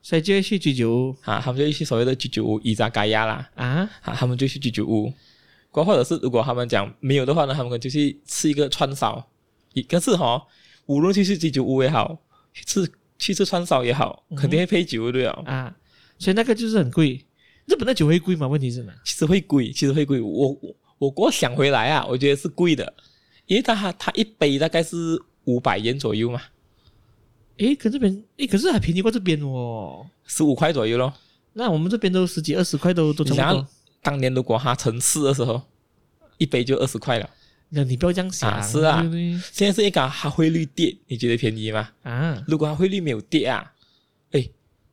所以就会去居酒
啊，他们就会去所谓的居酒屋、伊扎嘎亚啦
啊，
啊，他们就去居酒屋。过后或者是如果他们讲没有的话呢，他们可能就去吃一个串烧。一但是哈、无论去吃居酒屋也好，去吃去吃串烧也好，
嗯
肯定会配酒对了。
啊，所以那个就是很贵。日本的酒会贵吗？问题是嘛？
其实会贵，其实会贵。我我我过想回来啊，我觉得是贵的，因为它它一杯大概是五百元左右嘛，
诶，可这边诶，可是还便宜过这边哦。
十五块左右咯。
那我们这边都十几二十块都都差
你想
不
要
多。
当年如果它乘四的时候，一杯就二十块了。
那你不要这样想，
啊是啊
对不对
现在是一个它汇率跌，你觉得便宜吗？
啊，
如果它汇率没有跌啊，哎，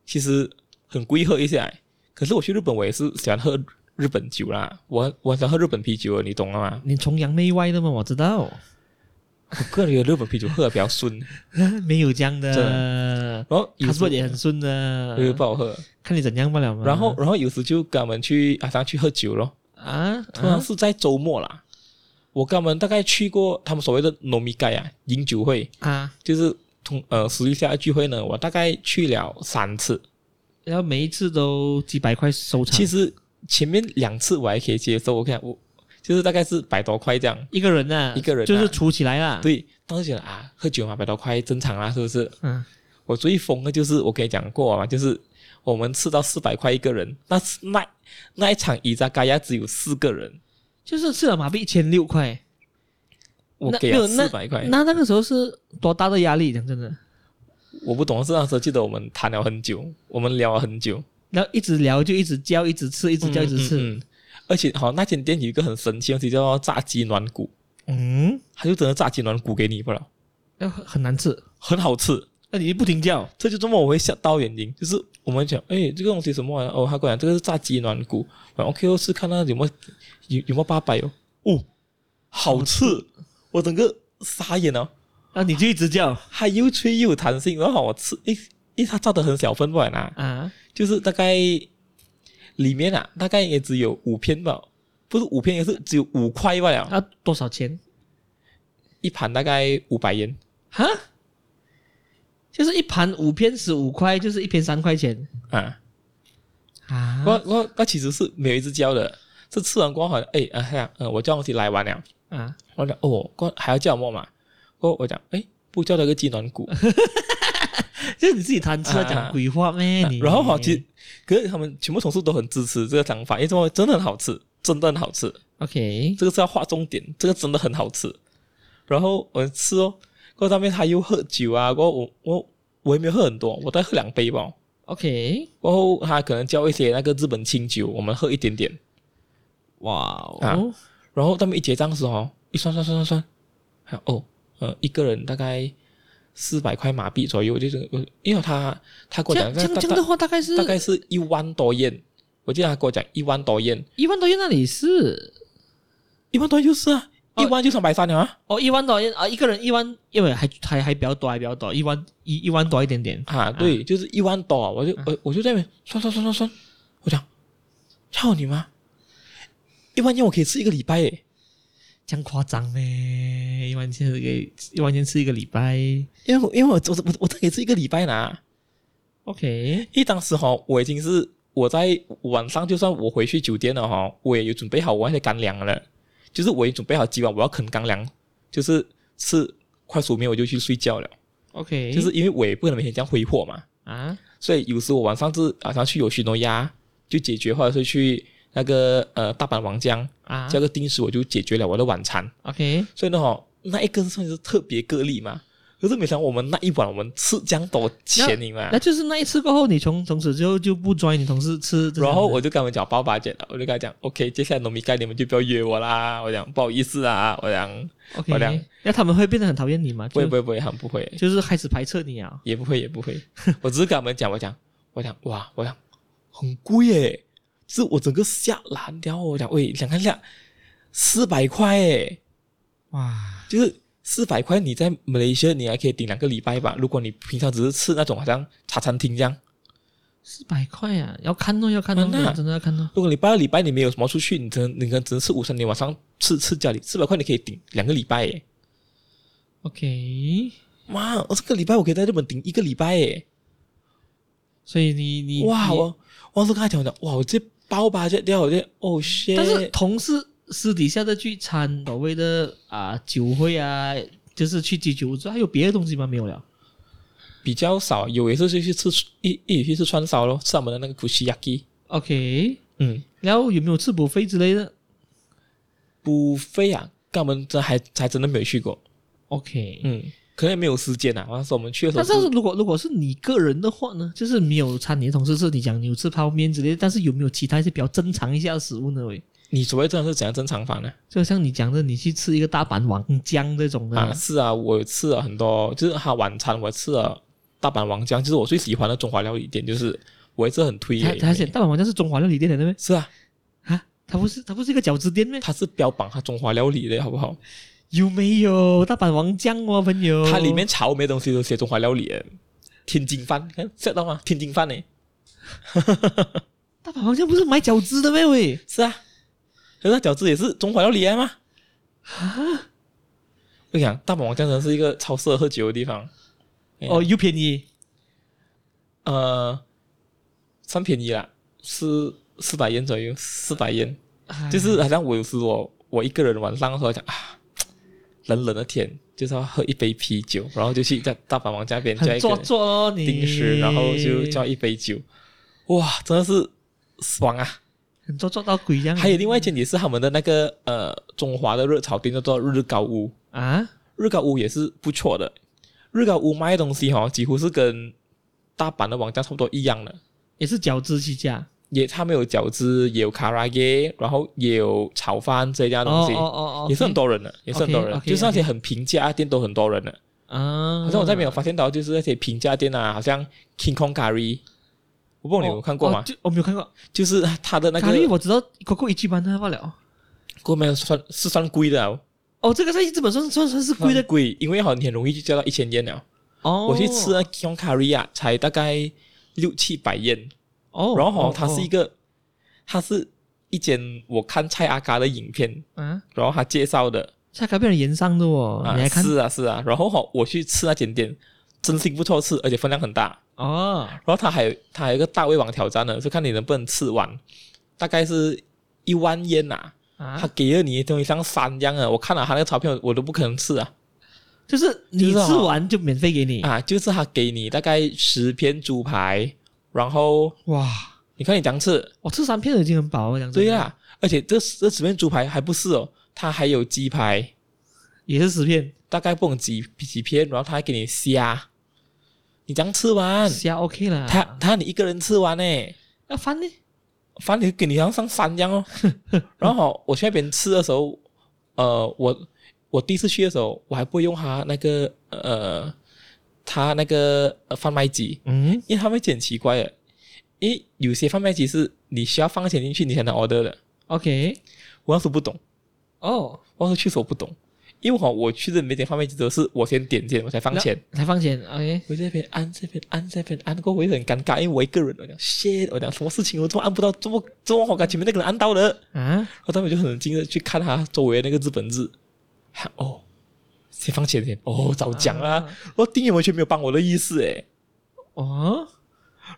其实很贵喝一下欸。可是我去日本，我也是喜欢喝日本酒啦，我很我很喜欢喝日本啤酒的，你懂了吗？
你崇洋媚外的嘛，我知道，
我个人觉得日本啤酒喝的比较顺，
没有这样
真
的，
然后有
他
时
说也很顺的
有，时不好喝。
看你怎样罢了嘛。
然后，然后有时就跟他们去啊，他去喝酒咯。
啊，
通常
啊
是在周末啦。我跟他们大概去过他们所谓的 n o m i g a 啊，饮酒会，
啊，
就是通呃私底下聚会呢。我大概去了三次，
然后每一次都几百块收场，
其实前面两次我还可以接受，我看我就是大概是百多块这样。
一个人呢，
一个人啊
就是除起来啦。，
对，当时觉得啊，喝酒嘛，百多块正常啦，是不是？
嗯，
我最疯的就是我跟你讲过啊，就是我们吃到四百块一个人，那是那那一场伊扎嘎啊亚只有四个人，
就是吃了马币一千六块，
我
那
给
没有
了
那
四百块。
那那个时候是多大的压力？讲真的，
我不懂，是那时候记得我们谈了很久，我们聊了很久，
然后一直聊就一直叫，一直吃，一
一
直叫，一直吃。
嗯嗯而且好，那间店有一个很神奇的东西，叫做炸鸡软骨，
嗯，
它就真的炸鸡软骨给你不了，
那很很难吃，
很好吃。
那你就不停叫。
这就这么我会想到原因，就是我们讲，哎，这个东西什么、啊？哦，他跟我讲这个是炸鸡软骨，我讲 OK 哦，是看到有没有有有没有八百哦，哦，好吃，我整个傻眼了、
然后你就一直叫
它又脆又有弹性，然后我吃，诶，因为它炸的很小份不然啊，
啊，
就是大概里面啊，大概也只有五片吧，不是五片，也是只有五块罢了，
啊多少钱？
一盘大概五百元，
哈，就是一盘五片十五块，就是一片三块钱
啊，
啊
我我那其实是没有一只胶的，是吃完过后好像，哎啊哎呀，嗯，我叫东西来完了，
啊！
我讲哦，过后还要叫我嘛，过后我讲，哎，不叫那个鸡软骨，
就是你自己贪吃啊，
啊
讲鬼话咩你？
然后好，其实可是他们全部同事都很支持这个想法，因为这么真的很好吃，真的很好吃，
OK，
这个是要划重点，这个真的很好吃。然后我吃哦，过后上面他又喝酒啊，过后我我我也没有喝很多，我大概喝两杯吧。
OK，
过后他可能叫一些那个日本清酒，我们喝一点点。
哇
啊
哦，
然后他们一结账的时候哦，一算算算算算，还有哦，呃，一个人大概四百块马币左右，就是我因为他他跟我
这
讲
样这样这样
大
的话，大概是
大概是一万多元，我我记得他跟我讲一万多元，
一万多元那里是
一万多元就是啊，
哦
一万就三百三了啊
哦，一万多元啊，一个人一万，因为还还还比较多，还比较多，一万一一万多一点点。
啊，对，就是一万多，我就我我就在那边算算算算算，我讲，操你妈，一万元我可以吃一个礼拜耶，
这样夸张咩？一万千给一万千吃一个礼拜
因为我因为我我我我只可以吃一个礼拜拿，
，OK，
因为当时哈我已经是我在晚上就算我回去酒店了哈，我也有准备好我那些干粮了，就是我也准备好今晚我要啃干粮，就是吃快速面我就去睡觉了，
OK，
就是因为我也不可能每天这样挥霍嘛，
啊，
所以有时我晚上是晚上去有许诺鸭就解决，或者是去那个呃大阪王江
啊
叫个定时，我就解决了我的晚餐。
，OK，
所以呢、哦，那一根算是特别个例嘛。可是没想到我们那一晚我们吃这样多钱，你嘛
那。就是那一次过后，你从从此就就不 join 你同事吃这种的，
然后我就跟他们讲包八姐了，我就跟他讲，OK，接下来农民盖你们就不要约我啦。我讲不好意思啊，我讲
OK，
我俩
那他们会变得很讨厌你吗？
不会
就
不会不会，很不会，
就是开始排斥你啊。
也不会也不 会。我只是跟他们讲，我讲我讲哇，我讲很贵耶，是我整个下篮掉。我讲喂，想看一下四百块耶，
哇，
就是四百块，你在马来西亚你还可以顶两个礼拜吧。如果你平常只是吃那种好像茶餐厅这样，
四百块啊，要看哦，要看哦，
真的
真的要看哦。
如果礼拜二礼拜你没有什么出去，你只能你可能只能吃午餐，你晚上吃吃家里四百块，你可以顶两个礼拜耶。
OK，
妈，我这个礼拜我可以在日本顶一个礼拜耶！
所以你你
哇，
你
我我是跟他讲我讲，哇，我这包八这掉，我这哦 shit！
但是同事私底下的聚餐，所谓的啊酒会啊，就是去居酒屋，还有别的东西吗？没有了。
比较少，有一次就去吃一一起去吃串烧咯，吃他们的那个 kushiyaki。
OK，
嗯，
然后有没有吃补费之类的
不菲啊，干我们真还还真的没有去过。
？OK，、
嗯，可能也没有时间啊。那时候我们去的时候
但
是，
是如果如果是你个人的话呢，就是没有餐，你的同事是你讲你有吃泡面之类的，但是有没有其他一些比较正常一下的食物呢？喂，
你所谓真的是怎样正常法呢？
就像你讲的，你去吃一个大阪王浆这种的，
啊，是啊，我有吃了很多，就是他晚餐我吃了大阪王江，就是我最喜欢的中华料理店，就是我一直很推
他
耶。
他写大阪王浆是中华料理店来的咩？
是啊，
啊，它不是它不是一个饺子店咩？
它是标榜它中华料理的好不好？
有没有大阪王浆哦，朋友？
它里面炒每东西都写中华料理耶，天津饭，看知道吗？天津饭呢？
大阪王浆不是买饺子的咩？喂，
是啊，可是它饺子也是中华料理来吗？
啊，
我跟你讲，大阪王江真的是一个超适合喝酒的地方。哎呀
哦，又便宜，
呃，算便宜啦，四四百元左右，四百元。
啊
就是好像我有时我我一个人晚上的时候讲啊，冷冷的天，就是要喝一杯啤酒，然后就去在大阪王家边叫
很
一个
做
人
作哦，你
定时，然后就叫一杯酒，哇，真的是爽啊！
很做作到鬼一样。
还有另外一间也是他们的那个呃中华的热炒店叫做日高屋，
啊，
日高屋也是不错的，日高屋卖的东西哈、哦、几乎是跟大阪的王家差不多一样的。
也是饺子起家，
也，他们有饺子，也有卡拉耶，然后也有炒饭这一家
哦
东
哦
西。
哦哦，
也是很多人的，也是很多人，
OK，OK，
就是那些很平价的店都很多人的。
啊，
好像我在没有发现到，就是那些平价店啊，好像 King Kong Curry，我不知道你有看过
哦
吗？
哦就我没有看过，
就是它的那
咖喱
个，
我知道 Coco 一句班的罢了。
国没有算是算贵的哦，
哦，这个在日本算算算是贵的
算贵，因为好哦像你很容易就交到一千元了。
嗯哦。
我去吃那 King Kong Curry 啊，才大概六七百元，
哦，
然后哦
哦
它是一个，它是一间我看蔡阿嘎的影片，
哦啊，
然后他介绍的，
下咖变成盐商的哦，
啊
你还看
是啊是啊，然后哦我去吃那间店，真心不错吃，而且分量很大。
哦
然后它还有它还有一个大胃王挑战呢，是看你能不能吃完，大概是一万烟呐、他
啊，
给了你等于像三样啊，我看了他那个钞票，我都不可能吃啊
就是你
就是哦
吃完就免费给你
啊！就是他给你大概十片猪排，然后
哇。
你看你怎样吃，
我吃三片已经很饱了，讲真
对
的
啦，而且这这十片猪排还不是哦，它还有鸡排，
也是十片
大概不懂几几片，然后他还给你虾，你怎样吃完？
虾 OK 啦。
他他你一个人吃完呢、
那饭呢？
反正给你好像上山一样哦。然后哦我去那边吃的时候，呃，我我第一次去的时候，我还不会用他那个呃，他那个呃贩卖机，
嗯
因为他们机很奇怪的，因为有些贩卖机是你需要放钱进去，你才能 order 的。
OK，
我当时不懂，
哦，
我当时去时候不懂，因为哈，我去的每点方便记得是我先点键，我才放钱。
才放钱。OK，
我在那边按这边按这边按，过后我也很尴尬，因为我一个人，我讲 shit，我讲什么事情我怎么按不到，怎么怎么好看前面那个人按到了，
啊，
我当时就很惊的去看他周围的那个日本字，看哦，先放钱先，哦早讲啦，
啊，
我店员完全没有帮我的意思诶，
哦，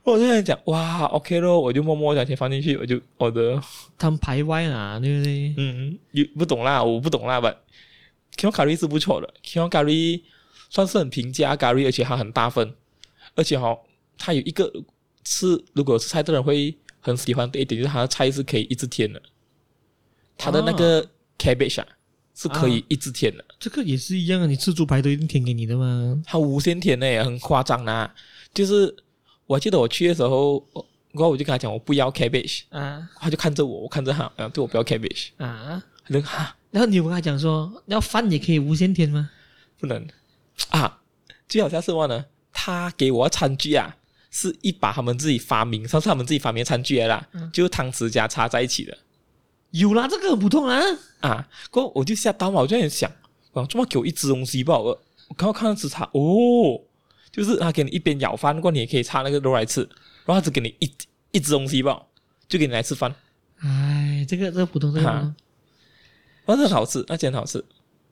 我就在讲哇 OK 咯，我就默默讲钱放进去，我就我的
他们排歪啦，对不对？
嗯，有不懂啦，我不懂啦吧。k i o n Curry 是不错的 k i o n Curry 算是很平价 Curry，而且它很大份，而且哈、哦，它有一个吃如果吃菜的人会很喜欢的一点就是它的菜是可以一直添的，它的那个 cabbage 啊是可以一直添的，
这个也是一样啊，你吃猪排都一定填给你的嘛。
它无限添的也很夸张啦、就是我记得我去的时候，我然后我就跟他讲我不要 cabbage，
啊
他就看着我，我看着他，啊，对我不要 cabbage，
啊，
他就哈。
然后你有跟他讲说，要饭也可以无限填吗？
不能啊！最好笑是什么呢？他给我的餐具啊，是一把他们自己发明，算是他们自己发明的餐具来啦，就是汤匙加叉在一起的
有啦，这个很普通啦。
啊。过后我就吓到嘛，我就在想，哇，这么给我一只东西吧？我我刚刚看到只叉，哦，就是他给你一边舀饭，过后你也可以插那个肉来吃，然后他只给你一一只东西吧，就给你来吃饭，
哎，这个这个普通这个普通
啊。那是很好吃，那真的很好吃。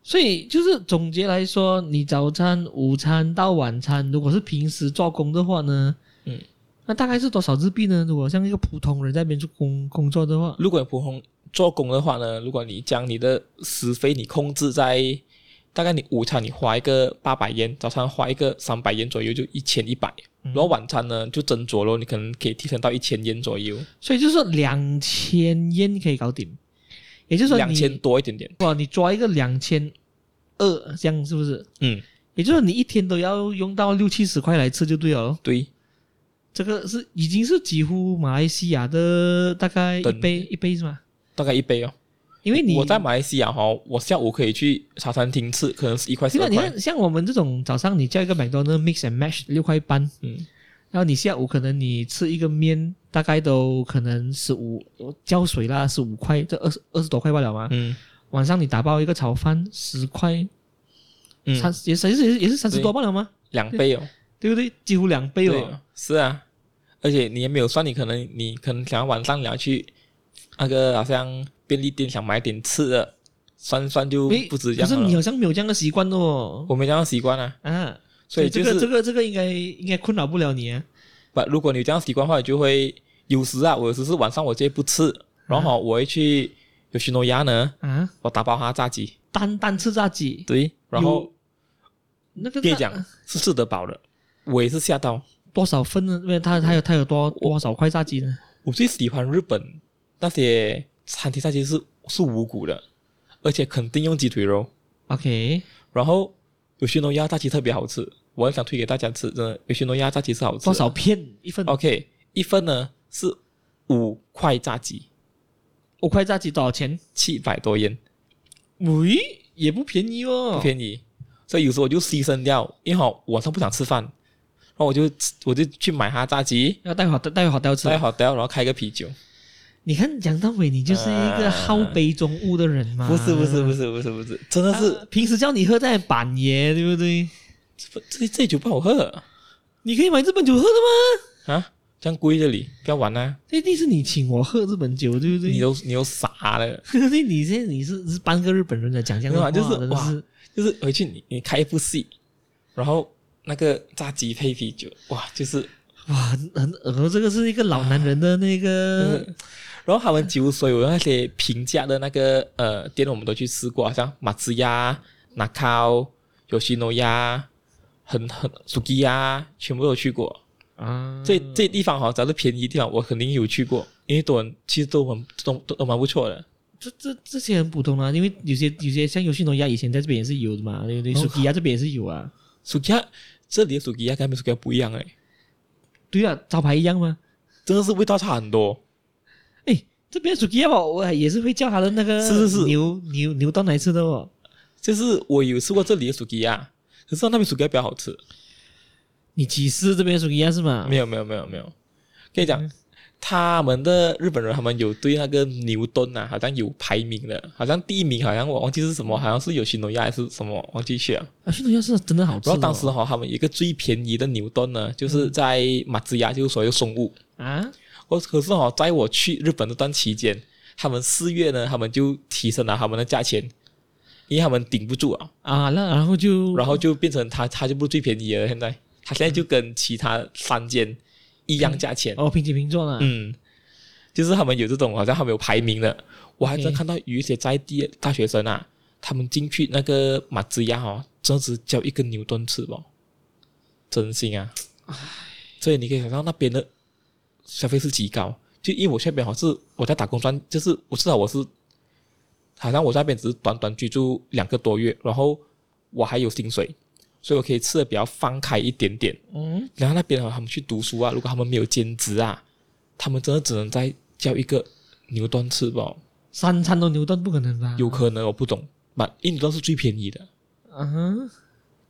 所以就是总结来说，你早餐、午餐到晚餐，如果是平时做工的话呢，
嗯，
那大概是多少日币呢？如果像一个普通人在那边去工工作的话，
如果你普通做工的话呢，如果你将你的食费你控制在大概你午餐你花一个八百元，早餐花一个三百元左右，就一千一百。
嗯
然后晚餐呢就斟酌咯，你可能可以提升到一千元左右，
所以就是说两千烟可以搞定，也就是说
两千
你
多一点点。
哇，你抓一个两千二这样是不是？
嗯，
也就是说你一天都要用到六七十块来吃就对了咯。
对，
这个是已经是几乎马来西亚的大概一
等
倍一倍是吗？
大概一杯哦。
因为你
我在马来西亚哈、哦，我下午可以去茶餐厅吃，可能是一块十
对吧？
二
你
块。
看，像我们这种早上你叫一个麦当劳 mix and match 六块半，
嗯，
然后你下午可能你吃一个面，大概都可能十五胶水啦，十五块，这二十二十多块罢了嘛。
嗯
晚上你打包一个炒饭十块，三
嗯，
也是也是也是三十
对
多罢了吗？
两杯哦。
对不对？几乎两倍
对
哦。，
是啊，而且你也没有算，你可能你可能想要晚上你要去那个好像便利店想买点吃的，算算就
诶
不止这
可是
样啊
你
了。
好像没有这样的习惯哦。
我没这样的习惯啊，
啊，
所以
这
就
个
是
这个这个应该应该困扰不了你啊。
把如果你有这样的习惯的话，你就会有时啊，我有时是晚上我直接不吃，然后我会去有许诺鸭呢，
啊，
我打包它炸鸡，
单单吃炸鸡，
对，然后
有那个
别
炸
讲是吃得饱的，我也是吓到。
多少份呢？因为它它有它有多多少块炸鸡呢？
我最喜欢日本那些餐厅炸鸡是是无骨的，而且肯定用鸡腿肉。
OK，
然后有些诺亚炸鸡特别好吃，我很想推给大家吃。真的，有些诺亚炸鸡是哦好吃的。
多少片一份？
？OK，一份呢是五块炸鸡，
五块炸鸡多少钱？
七百多元，
喂，也不便宜哦，
不便宜。所以有时候我就牺牲掉，因为好晚上不想吃饭，然后我就吃我就去买哈炸鸡，
要带回带回好带回吃
在。好掉，然后开个啤酒。
你看讲到尾，你就是一个好杯中物的人嘛。
啊不是不是不是不是不是，真的
啊，
是
平时叫你喝在板爷，对不对？
这这这酒不好喝
你可以买日本酒喝的吗？
啊，这样贵这里不要玩啦、
这一定是你请我喝日本酒，对不对？
你都你都傻了，
可是 你现在你是是半个日本人的讲这样的话，
没有啊就是
真的是
就是回去你你开一部戏，然后那个炸鸡配啤酒，哇，就是
哇，很很恶这个是一个老男人的那个
嗯，然后他们几乎所有那些平价的那个呃店，我们都去吃过，好像马兹亚、纳考、有西诺亚、很很苏基亚，全部都有去过。
啊，
这这地方哈，只要是便宜地方，我肯定有去过，因为都很其实都很都都都蛮不错的。
这这这些很普通啊，因为有些有些像游戏农亚以前在这边也是有的嘛，对不对？
哦
手机亚这边也是有啊，
苏基亚这里的苏基亚跟那边苏基亚不一样哎，
对啊，招牌一样吗？
真的是味道差很多。
哎，这边 Sukiya 我我也是会叫他的那个
是是是
牛牛牛到哪吃的哦？
就是我有吃过这里的苏基亚，可是那边苏基亚比较好吃。
你歧视这边 Sukiya 是吗？
没有没有没有没有，跟你讲，他们的日本人他们有对那个牛顿啊，好像有排名的，好像第一名好像我忘记是什么，好像是有西诺亚还是什么，忘记去了。
啊，熏头鸭是真的好吃、
然
哦。
后当时哈、他们有一个最便宜的牛顿呢，就是在马自亚，就是所有松雾。
啊，
我可是哦，在我去日本那段期间，他们四月呢，他们就提升了他们的价钱，因为他们顶不住啊，
啊，那然后就
然后就变成他他就不是最便宜了，现在他现在就跟其他三间一样价钱，
哦平起平坐了。
嗯，就是他们有这种啊好像他们有排名的，我还真
OK
看到有一些在地的大学生啊，他们进去那个马自亚哦，这只交一个牛顿吃饱，真心啊，所以你可以想象那边的消费是极高，就因为我这边好像是我在打工赚，就是我至少我是，好像我在那边只是短短居住两个多月，然后我还有薪水，所以我可以吃的比较放开一点点。
嗯，
然后那边啊，他们去读书啊，如果他们没有兼职啊，他们真的只能在叫一个牛顿吃饱，
三餐都牛顿不可能吧？
有可能哦我不懂，嘛，因为牛顿是最便宜的，
嗯哼，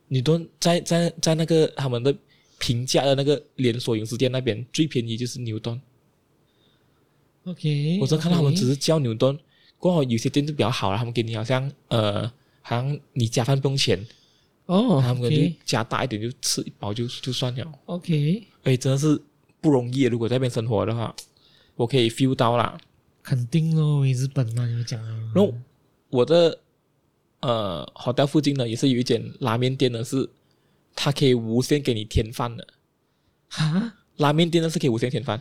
牛顿在在在那个他们的平价的那个连锁饮食店那边最便宜就是牛顿，
OK，
我真的看到他们只
是
是叫牛顿，过后有些店就比较好了，他们给你好像呃，好像你加饭不用钱，
哦，
他们可能就加大一点就吃一包就就算了，
OK，
哎，真的是不容易，如果在那边生活的话，我可以 feel 到啦。
肯定咯，日本嘛，你们讲啊。
然后我的呃 hotel 附近呢，也是有一间拉面店呢，是它可以无限给你添饭的。
哈，
拉面店呢是可以无限添饭，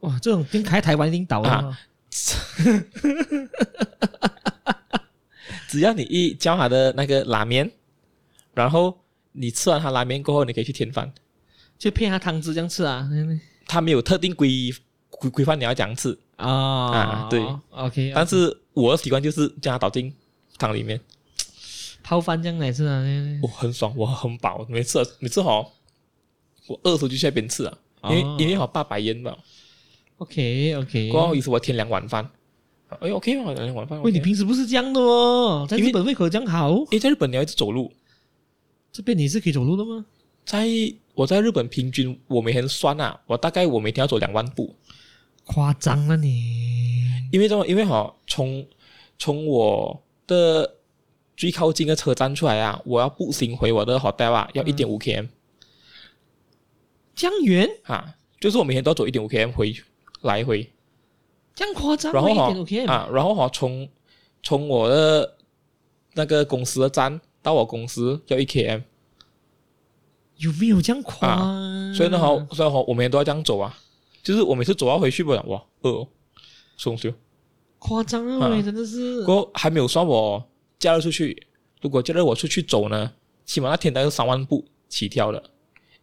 哇，这种店开台湾一定倒了
啊
嘛。
只要你一叫它的那个拉面，然后你吃完它拉面过后，你可以去添饭。
就骗他汤汁这样吃啊？
它没有特定规规规范你要怎样吃，
啊、
啊对
，OK，哦
但是我的习惯就是将它倒进汤里面，
泡饭这样来吃啊？
我很爽，我很饱。每次每次好，我饿的时候就去那边吃啊，因为、因为好八百烟嘛，
OK OK，
过后有时哦我添两碗饭，哎 OK 哦，两碗饭。
喂，你平时不是这样的哦，在
因为
日本胃口这样好，
因为在日本你要一直走路，
这边你是可以走路的吗？
在我在日本平均我每天算啊，我大概我每天要走两万步，
夸张了你，
因为这么因为哈从从我的最靠近的车站出来啊，我要步行回我的 hotel 啊，要一点五
嗯
km
这样远，
啊，就是我每天都要走一点五 km 回来回，
这样夸张，
然后
一
哈
点 OK
啊，然后哈从从我的那个公司的站到我公司要一 km，
有没有这样夸？
啊所以呢哈，所以哈我每天都要这样走啊，就是我每次走到回去不然哇饿、哦，松懈
夸张啊，喂，
啊
真的是
不，过还没有算我假日出去。如果假日我出去走呢，起码那天大概是三万步起跳了。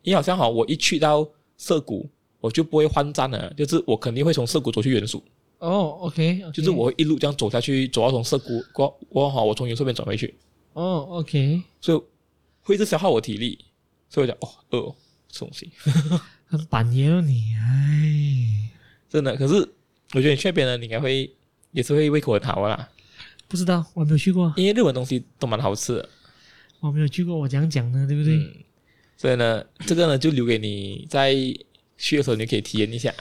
因为好像哈，我一去到涩谷，我就不会换站了，就是我肯定会从涩谷走去原宿，
哦，OK，
就是我会一路这样走下去，走到从涩谷过我好，我从原宿那边转回去，
哦，OK，
所以会一直消耗我体力。所以我讲哦，饿、哦，这东西
很板爷了你，哎，
真的。可是我觉得你去那边呢，你应该会也是会胃口很好的啦，
不知道，我还没有去过，
因为日本东西都蛮好吃的。
我没有去过，我讲讲呢，对不对？
嗯，所以 呢，这个呢就留给你在去的时候你就可以体验一下。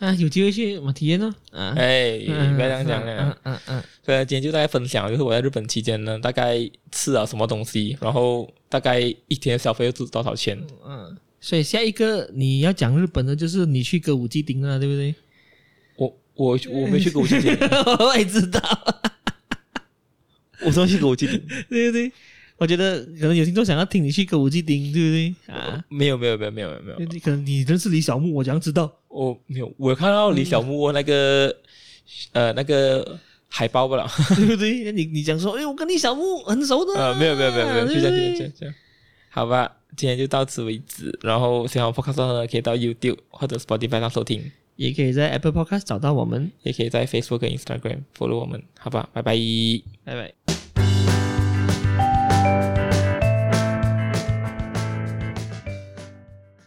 啊，有机会去我体验呢，啊，
哎，
嗯
不要这样讲了。
嗯嗯嗯，
所以呢今天就大概分享，就是我在日本期间呢，大概吃了什么东西，然后大概一天的消费是多少钱。
嗯，所以下一个你要讲日本的，就是你去歌舞伎町啊了，对不对？
我我我没去歌舞伎町，
我也知道，
我真的去歌舞伎 町。
对不对？我觉得可能有听众想要听你去歌舞伎町，对不对？啊，嗯
没有没有没有没有没有没有
对，对，可能你认识李小牧，我怎样知道？
我没有，我看到李小
嗯
牧那个呃那个海报不了。
对不对？你你讲说，哎，我跟李小牧很熟的啊，
呃，没有没有没有没有，
对
就
不
这样就
对
这样就这样，好吧，今天就到此为止。然后喜欢我 podcast 呢，可以到 YouTube 或者 Spotify 上收听，
也可以在 Apple Podcast 找到我们，
也可以在 Facebook 跟 Instagram follow 我们，好吧，拜拜。
拜拜。